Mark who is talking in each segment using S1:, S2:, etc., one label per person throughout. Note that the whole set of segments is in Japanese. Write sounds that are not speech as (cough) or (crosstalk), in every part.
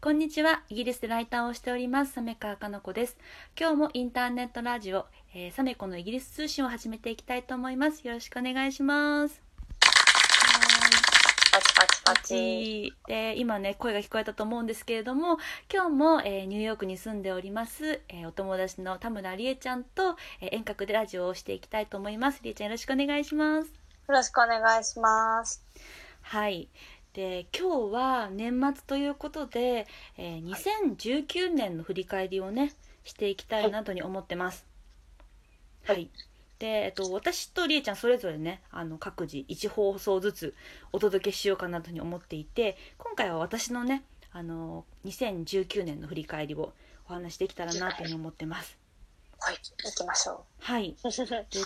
S1: こんにちは。イギリスでライターをしております、サメカーかのこです。今日もインターネットラジオ、えーサメコのイギリス通信を始めていきたいと思います。よろしくお願いします。
S2: パチパチパチ。
S1: で今ね声が聞こえたと思うんですけれども今日も、えーニューヨークに住んでおります、えーお友達の田村理恵ちゃんと、えー遠隔でラジオをしていきたいと思います理恵ちゃんよろしくお願いします
S2: よろしくお願いします。
S1: はいで今日は年末ということで、えー2019年の振り返りをねしていきたいなとに思ってますは
S2: はい
S1: い、で、えっと、私とりえちゃんそれぞれねあの各自1放送ずつお届けしようかなとに思っていて今回は私のねあの2019年の振り返りをお話しできたらなとに思ってます
S2: はい、行きましょ
S1: はいで
S2: う。
S1: ち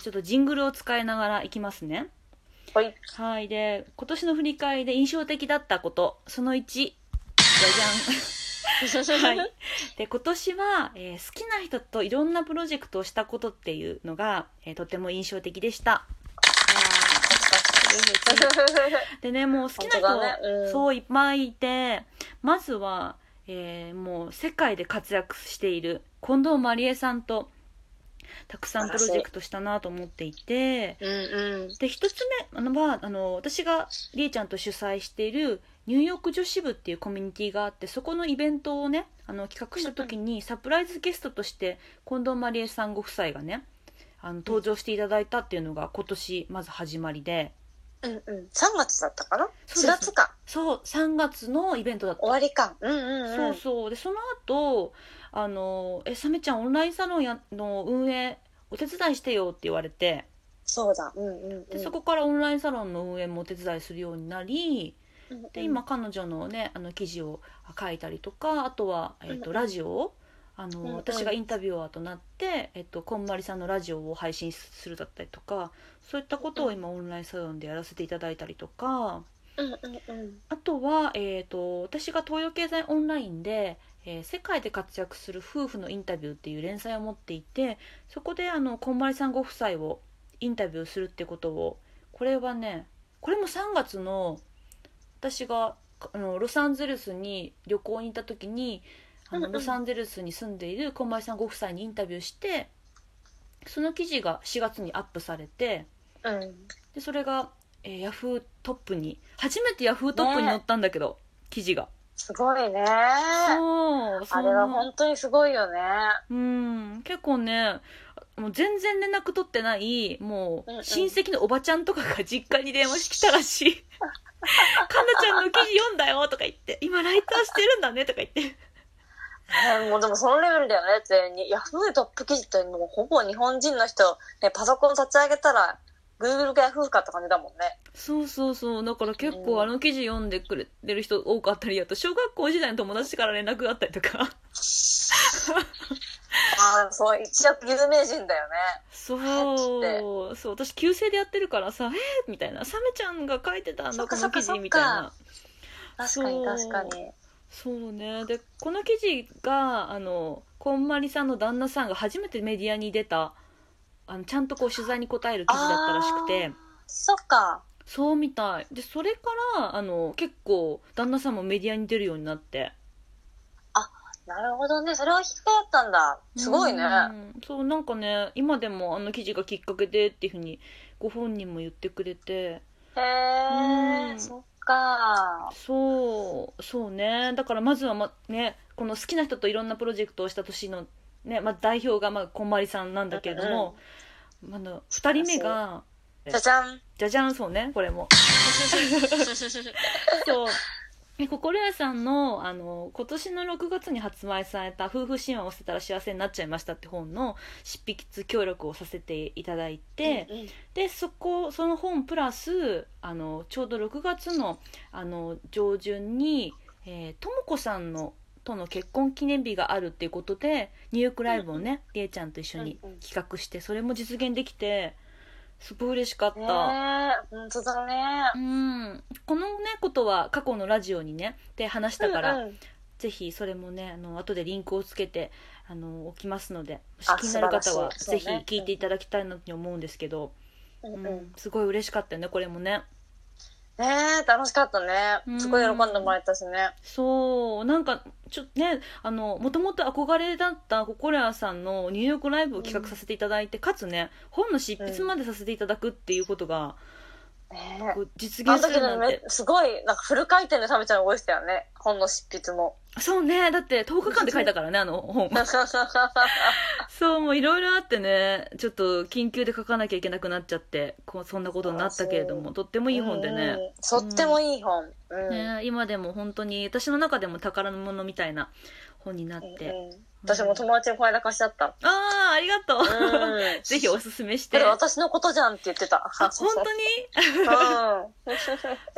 S1: ょっとジングルを使いながらいきますね
S2: はい、
S1: はいで今年の振り返りで印象的だったことその1じゃじゃん
S2: (laughs)
S1: はいで今年は、えー好きな人といろんなプロジェクトをしたことっていうのが、えーとても印象的でしたでねもう好きな
S2: 本当だねう
S1: 人
S2: ん
S1: そういっぱいいてまずは、えーもう世界で活躍している近藤麻理恵さんとたくさんプロジェクトしたなと思っていて
S2: うんうん。
S1: で一つ目あのはあの私がりえちゃんと主催しているニューヨーク女子部っていうコミュニティがあってそこのイベントをねあの企画した時にサプライズゲストとして近藤麻理恵さんご夫妻がねあの登場していただいたっていうのが今年まず始まりで
S2: うんうん。3月だったかな
S1: そうです
S2: ?4 月か。
S1: そう3月のイベントだった
S2: 終わりか。うんうんう。
S1: そうんそうでその後あのえサメちゃんオンラインサロンやの運営お手伝いしてよって言われて
S2: そうだ。うんうんう
S1: で
S2: ん。
S1: そこからオンラインサロンの運営もお手伝いするようになり
S2: うんうん
S1: で今。彼女のねあの記事を書いたりとかあとは、えっ
S2: うんう
S1: と
S2: ん
S1: ラジオをあ
S2: うんうん
S1: の私がインタビュアーとなって、えっと、こんまりさんのラジオを配信するだったりとかそういったことを今オンラインサロンでやらせていただいたりとか。
S2: うんうんうん。
S1: あとは、えー、と私が東洋経済オンラインで、えー世界で活躍する夫婦のインタビューっていう連載を持っていてそこであのこんまりさんご夫妻をインタビューするってことをこれはねこれも3月の私がかあのロサンゼルスに旅行に行った時にあ
S2: う
S1: の
S2: んうん
S1: ロサンゼルスに住んでいるこんまりさんご夫妻にインタビューしてその記事が4月にアップされて。
S2: うん。
S1: でそれが、えー、ヤフートップに初めてヤフートップに載ったんだけど、記事が
S2: すごいね。
S1: そうそ
S2: あ
S1: う
S2: れは本当にすごいよね。
S1: うん結構ねもう全然連絡取ってないも
S2: うんう
S1: うん親戚のおばちゃんとかが実家に電話してきたら
S2: (laughs)
S1: しい「かなちゃんの記事読んだよ」とか言って「今ライターしてるんだね」とか言って
S2: ねもうでもそのレベルだよね。全に。ヤフートップ記事ってもうほぼ日本人の人、ね、パソコン立ち上げたら、Google か Yahoo かって感じだもんね。
S1: そうそうそうだから結
S2: うん
S1: 構あの記事読んでくれてる人多かったりあと小学校時代の友達から連絡があったりとか
S2: ああ、そう、一躍有名人だよね。
S1: そうそう私旧姓でやってるからさ「えー、みたいな「サメちゃんが書いてたん
S2: そ
S1: だ
S2: っ
S1: こ
S2: か
S1: の記
S2: そっ
S1: 事」
S2: か
S1: みたいな
S2: 確か
S1: そう
S2: に、確かに。
S1: そうねでこの記事があのこんまりさんの旦那さんが初めてメディアに出たあのちゃんとこう取材に答える記事だったらしくて
S2: あー。そっか。
S1: そうみたいでそれからあの結構旦那さんもメディアに出るようになって
S2: なるほどね。それはきっかけだったんだ。すごいね。
S1: うんそうなんかね今でもあの記事がきっかけでっていうふうにご本人も言ってくれて
S2: へ
S1: うん
S2: え、そっか。
S1: そうそうねだからまずはまねこの好きな人といろんなプロジェクトをした年のねまあ代表がまあこんまりさんなんだけれども、あの2人目が
S2: じゃじゃん。
S1: じゃじゃんそうねこれもそうで心屋さんのあの今年の6月に発売された「夫婦神話を捨てたら幸せになっちゃいました」って本の執筆協力をさせていただいて、
S2: うんうん
S1: (laughs) でそこその本プラスあのちょうど6月のあの上旬にえーともこさんのとの結婚記念日があるっていうことでニューヨークライブをねりえちゃんと一緒に
S2: うんうん
S1: 企画してそれも実現できてすごい嬉しかっ
S2: ねえ、
S1: た。
S2: 本当だね
S1: う。ん、このねことは過去のラジオにねで話したから、
S2: うんうん
S1: ぜひそれもねあの後でリンクをつけてあの置きますのでもし
S2: あ
S1: 気になる方は
S2: 素晴ら
S1: ぜ
S2: しい
S1: ひ
S2: そうね
S1: 聞いていただきたいなと思うんですけど、
S2: う
S1: うん
S2: んうん
S1: すごい嬉しかったよねこれもね。
S2: ねえ、楽しかった
S1: う
S2: ね。
S1: ん
S2: すごい喜んでもらえたしね。
S1: そうなんかちょっとねあのもともと憧れだったココレアさんのニューヨークライブを企画させていただいて、かつね本の執筆までさせていただくっていうことが、
S2: ね
S1: こう実
S2: え。あの
S1: 現す
S2: 時
S1: るな
S2: の
S1: んて
S2: め、すごい、なんかフル回転で食べちゃう覚えてたよね。本の執筆も。
S1: そうねだって10日間で書いたからねあの
S2: (laughs)
S1: 本そうもういろいろあってねちょっと緊急で書かなきゃいけなくなっちゃってこうそんなことになったけれど
S2: あ
S1: もとって (laughs) もいい本でね、
S2: うん。とってもいい本。うん。
S1: ね今でも本当に私の中でも宝物みたいな本になって、
S2: うんうん私も友達にこの間貸しちゃった。
S1: ああありがとう、
S2: うん
S1: ぜひおすすめして
S2: これ私のことじゃんって言ってた。
S1: あ
S2: (laughs)
S1: 本当に
S2: 当に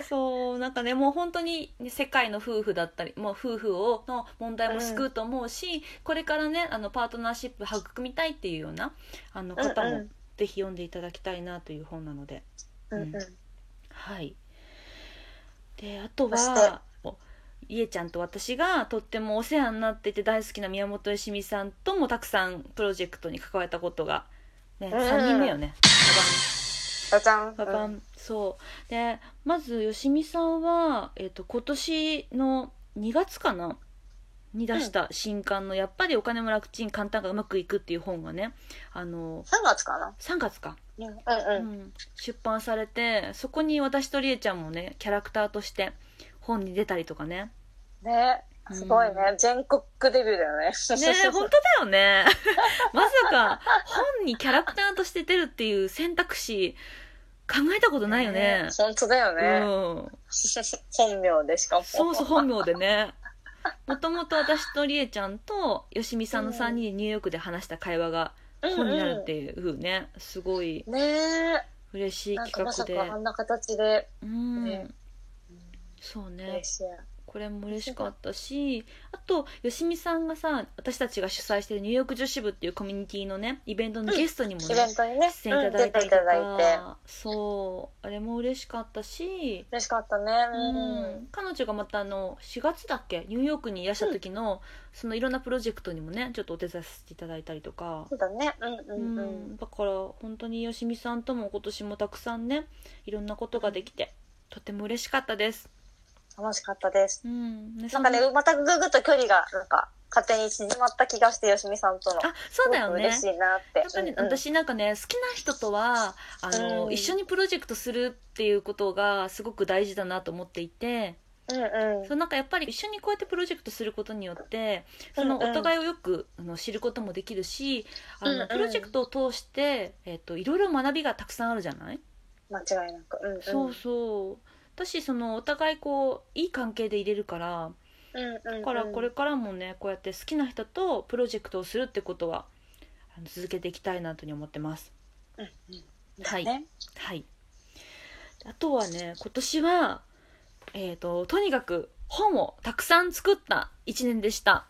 S1: そうなんかねもう本当にね世界の夫婦だったりもう夫婦をの問題も救うと思うし、これからねあのパートナーシップ育みたいっていうようなあの方
S2: うんう
S1: も
S2: ん
S1: ぜひ読んでいただきたいなという本なので、
S2: うんうん。
S1: はいであと
S2: そして
S1: はおいえちゃんと私がとってもお世話になってて大好きな宮本よしみさんともたくさんプロジェクトに関わったことが、ね、
S2: うんうん
S1: 3人目よね。
S2: じゃじゃん。
S1: パパン、そうでまずよしみさんは、えっと今年の2月かなに出した新刊の「やっぱりお金も楽ちん簡単がうまくいく」っていう本がねあの
S2: 3月かな
S1: 3月か、
S2: うんうん
S1: う
S2: うん。
S1: ん、出版されてそこに私とりえちゃんもねキャラクターとして本に出たりとかね
S2: ねすごいね。全国デビューだよね。
S1: ねえ本当だよね (laughs) まさか本にキャラクターとして出るっていう選択肢考えたことないよね
S2: (laughs) 本当だよね。
S1: うん
S2: (laughs) 本名でしかも。
S1: そうそう本名でねもともと私とりえちゃんとよしみさんの3人でニューヨークで話した会話が本になるっていう風ねすごい
S2: うんうん。ね
S1: 嬉し
S2: え。
S1: い
S2: なんか
S1: 企
S2: ま
S1: 画
S2: さ
S1: で、
S2: かあんな形で。
S1: うん、
S2: ね
S1: そうね
S2: 嬉しい。
S1: これも嬉しかったしあとよしみさんがさ私たちが主催してるニューヨーク女子部っていうコミュニティのねイベントのゲストにも
S2: イ
S1: ね、
S2: ベントにね、
S1: 出演
S2: う
S1: い
S2: ん
S1: ただい
S2: 出
S1: た
S2: て
S1: り
S2: い
S1: と
S2: ただいて。
S1: か、そうあれも嬉しかったし
S2: 嬉しかったね。
S1: うん彼女がまたあの4月だっけニューヨークにいらした時の、そのいろんなプロジェクトにもねちょっとお手伝いさせていただいたりとか
S2: そ、うだね。うんうんう。
S1: うんんだから本当によしみさんとも今年もたくさんねいろんなことができてとても嬉しかったです。
S2: 楽しかったです。
S1: うんね
S2: なんかね
S1: その、
S2: またぐぐっと距離が、なんか、勝手に縮まった気がして、よしみさんとの。
S1: あそうだよね。
S2: すごく嬉しいなって。
S1: やっぱり
S2: うんうん
S1: 私なんかね好きな人とはあの、
S2: うん
S1: 一緒にプロジェクトするっていうことがすごく大事だなと思っていて、
S2: うんうん
S1: そうなんかやっぱり一緒にこうやってプロジェクトすることによってその
S2: うんうん
S1: お互いをよくあの知ることもできるしあの、
S2: うんうん
S1: プロジェクトを通して、えっといろいろ学びがたくさんあるじゃない、
S2: 間違いなく。うんうん。
S1: そうそう私そのお互いこういい関係でいれるから
S2: うんうんうん。
S1: だからこれからもねこうやって好きな人とプロジェクトをするってことはあの続けていきたいなというふうに思ってます。
S2: うんうん。
S1: はい
S2: ね。
S1: はい、あとはね今年は、えー、ととにかく本をたくさん作った1年でした。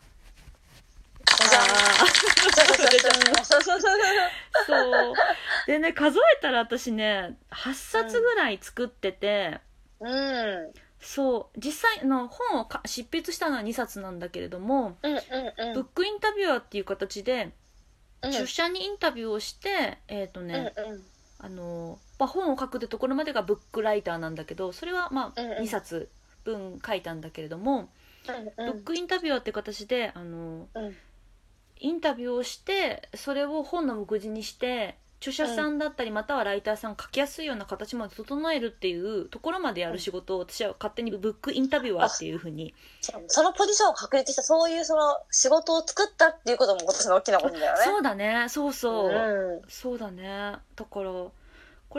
S2: じ (laughs) ゃじゃん。
S1: そうで
S2: (laughs)
S1: ね数えたら私ね8冊ぐらい作ってて、
S2: うん。
S1: そう実際あの本をか執筆したのは2冊なんだけれども、
S2: うんうんう
S1: ブッ
S2: ん。
S1: クインタビュアーっていう形で
S2: うん
S1: 出社にインタビューをしてえっ、とね、
S2: うんうん。
S1: あのまあ、本を書くってところまでがブックライターなんだけどそれはまあ
S2: うんうん
S1: 2冊分書いたんだけれども、
S2: うんう
S1: ブ
S2: ん
S1: ックインタビュアーって形であの
S2: うん
S1: インタビューをしてそれを本の目次にして著者さんだったりまたはライターさんが書きやすいような形まで整えるっていうところまでやる仕事を私は勝手にブックインタビュアーっていうふうに
S2: そうそのポジションを確立した、そういうその仕事を作ったっていうことも今年の大きなことだよね。
S1: そうだねそうそう、
S2: うん。
S1: そうだねだからこ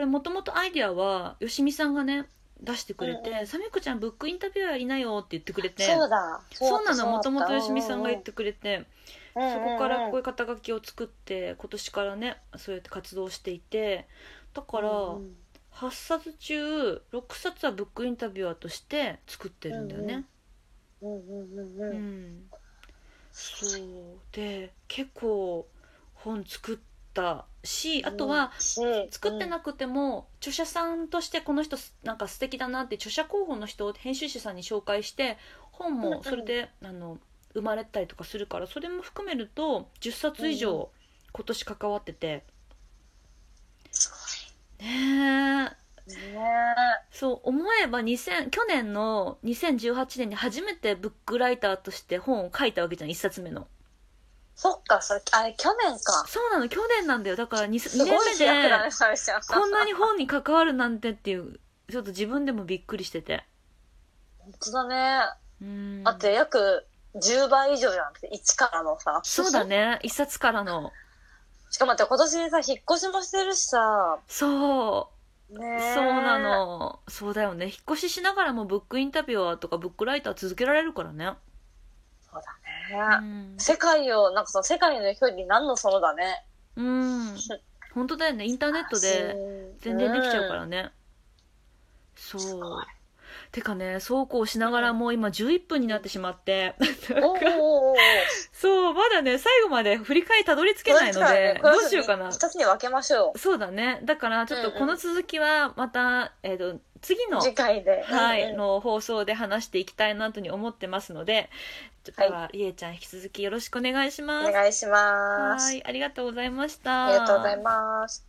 S1: れもともとアイディアはよしみさんがね出してくれて
S2: うん
S1: 「
S2: う
S1: サメ子ちゃんブックインタビューやりなよ」って言ってくれて
S2: そうだ。
S1: そうなのもと
S2: だ
S1: もとよしみさんが言ってくれて
S2: うんうんうん
S1: そこからこういう肩書きを作って今年からねそうやって活動していてだから
S2: うんうん
S1: 8冊中6冊はブックインタビュアーとして作ってるんだよね。
S2: うんうん
S1: う
S2: うんうん
S1: ん、そうで結構本作ったしあとは作ってなくても、著者さんとしてこの人すなんか素敵だなって著者候補の人を編集者さんに紹介して本
S2: うんう
S1: も
S2: ん
S1: それで、あの生まれたりとかするからそれも含めると10冊以
S2: う
S1: 上今年関わってて、
S2: す
S1: ねえ
S2: ね
S1: そう思えば2000去年の2018年に初めてブックライターとして本を書いたわけじゃん1冊目の
S2: そっか、それ、あれ、去年か。
S1: そうなの去年なんだよだから 2,
S2: す
S1: 2
S2: ごい
S1: 年
S2: 飛
S1: 目
S2: 躍だ
S1: で
S2: ね、サビちゃん。
S1: こんなに本に関わるなんてっていうちょっと自分でもびっくりしてて
S2: 本当だね。
S1: うん
S2: あって、約10倍以上じゃなくて、1からのさ。
S1: そうだ。ね1冊からの
S2: しかも待って、今年さ、引っ越しもしてるしさ。
S1: そう
S2: ね
S1: そうな。のそうだよね引っ越ししながらもブックインタビュアーとかブックライター続けられるからね
S2: そう
S1: う
S2: だね。
S1: ん、
S2: 世界を、なんかその世界の距離何のそのだね。
S1: うん、本当だよねインターネットで全然できちゃうからね、
S2: す
S1: そ
S2: ご
S1: う
S2: い
S1: てかねそうこうしながらもう今11分になってしまって
S2: うん。おーおーおーおー。
S1: (laughs) そうまだね最後まで振り返りたどり着けないのでど
S2: これ
S1: うしようかな
S2: 二つに分けましょ
S1: そうだねだからちょっとこの続きはまた、えー、と次
S2: う。
S1: (laughs) の
S2: 次回で。
S1: はい、
S2: うんうん
S1: の放送で話していきたいなというふうに思ってますので、ちょっとではりえちゃん引き続きよろしくお願いします。
S2: お願いしま
S1: は
S2: す。
S1: い、ありがとうございました。
S2: ありがとうございます。